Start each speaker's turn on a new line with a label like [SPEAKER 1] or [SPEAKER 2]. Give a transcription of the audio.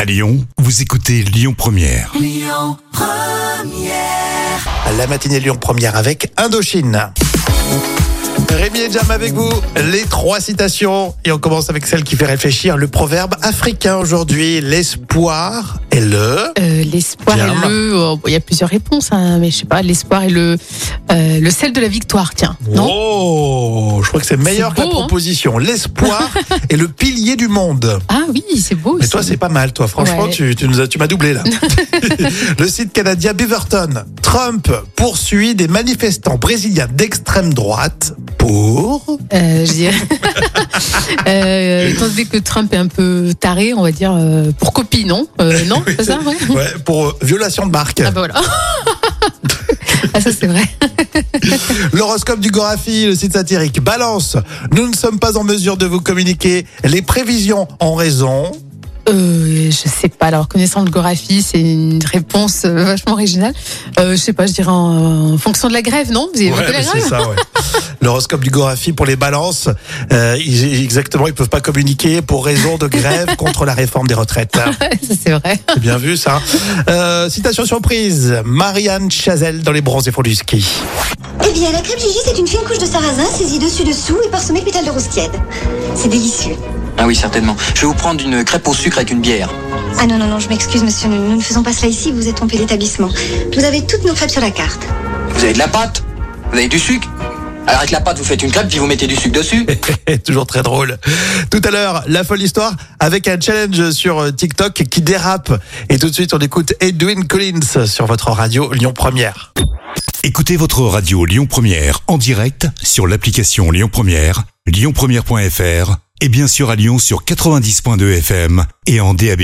[SPEAKER 1] À Lyon, vous écoutez Lyon Première.
[SPEAKER 2] La matinée Lyon première avec Indochine. Rémi et Jam avec vous, les trois citations. Et on commence avec celle qui fait réfléchir le proverbe africain aujourd'hui. L'espoir est le...
[SPEAKER 3] Euh, l'espoir
[SPEAKER 2] Jam.
[SPEAKER 3] et le. oh, bon, Il y a plusieurs réponses, hein, mais je sais pas. L'espoir et le. euh, le sel de la victoire, tiens. Non
[SPEAKER 2] Oh, je crois que c'est meilleur
[SPEAKER 3] C'est
[SPEAKER 2] que la
[SPEAKER 3] beau, hein.
[SPEAKER 2] proposition. L'espoir est le pilier du monde.
[SPEAKER 3] Ah oui, c'est beau.
[SPEAKER 2] Mais
[SPEAKER 3] aussi.
[SPEAKER 2] toi, c'est pas mal, toi. Franchement,
[SPEAKER 3] Ouais.
[SPEAKER 2] tu, tu nous as, tu m'as doublé, là. le site canadien Beaverton. Trump poursuit des manifestants brésiliens d'extrême droite pour.
[SPEAKER 3] Euh, je dirais. euh, étant donné que Trump est un peu taré, on va dire euh, pour copie, non Euh, Non, c'est ça, ouais.
[SPEAKER 2] Ouais, pour euh, violation de marque.
[SPEAKER 3] Ah bah voilà. ah ça c'est vrai.
[SPEAKER 2] L'horoscope du Gorafi, le site satirique. Balance. Nous ne sommes pas en mesure de vous communiquer les prévisions en raison.
[SPEAKER 3] Euh, je sais pas. Alors connaissant le Gorafi, c'est une réponse euh, vachement originale. Euh, je sais pas. Je dirais en, en fonction de la grève, non Vous avez
[SPEAKER 2] Ouais,
[SPEAKER 3] voté la
[SPEAKER 2] mais c'est
[SPEAKER 3] grève
[SPEAKER 2] ça, ouais. L'horoscope du Gorafi pour les balances. euh, ils- exactement, ils peuvent pas communiquer pour raison de grève contre la réforme des retraites.
[SPEAKER 3] Ah Ouais, ça, c'est vrai.
[SPEAKER 2] C'est bien vu ça. Euh, citation surprise, Marianne Chazelle dans les bronzes et fonds du ski.
[SPEAKER 4] Eh bien, la crêpe Gigi, c'est une fine couche de sarrasin saisie dessus-dessous et parsemée de pétales de rose tiède. C'est délicieux.
[SPEAKER 5] Ah oui, certainement. Je vais vous prendre une crêpe au sucre avec une bière.
[SPEAKER 4] Ah non, non, non, je m'excuse, monsieur, nous, nous ne faisons pas cela ici, vous vous êtes trompé d'établissement. Vous avez toutes nos crêpes sur la carte.
[SPEAKER 5] Vous avez de la pâte Vous avez du sucre Alors avec la pâte, vous faites une crêpe, puis vous mettez du sucre dessus.
[SPEAKER 2] Toujours très drôle. Tout à l'heure, la folle histoire avec un challenge sur euh, TikTok qui dérape. Et tout de suite, on écoute Edwin Collins sur votre radio Lyon Première.
[SPEAKER 1] Écoutez votre radio Lyon Première en direct sur l'application Lyon Première, lyonpremière.fr et bien sûr à Lyon sur 90.2 FM et en DAB+.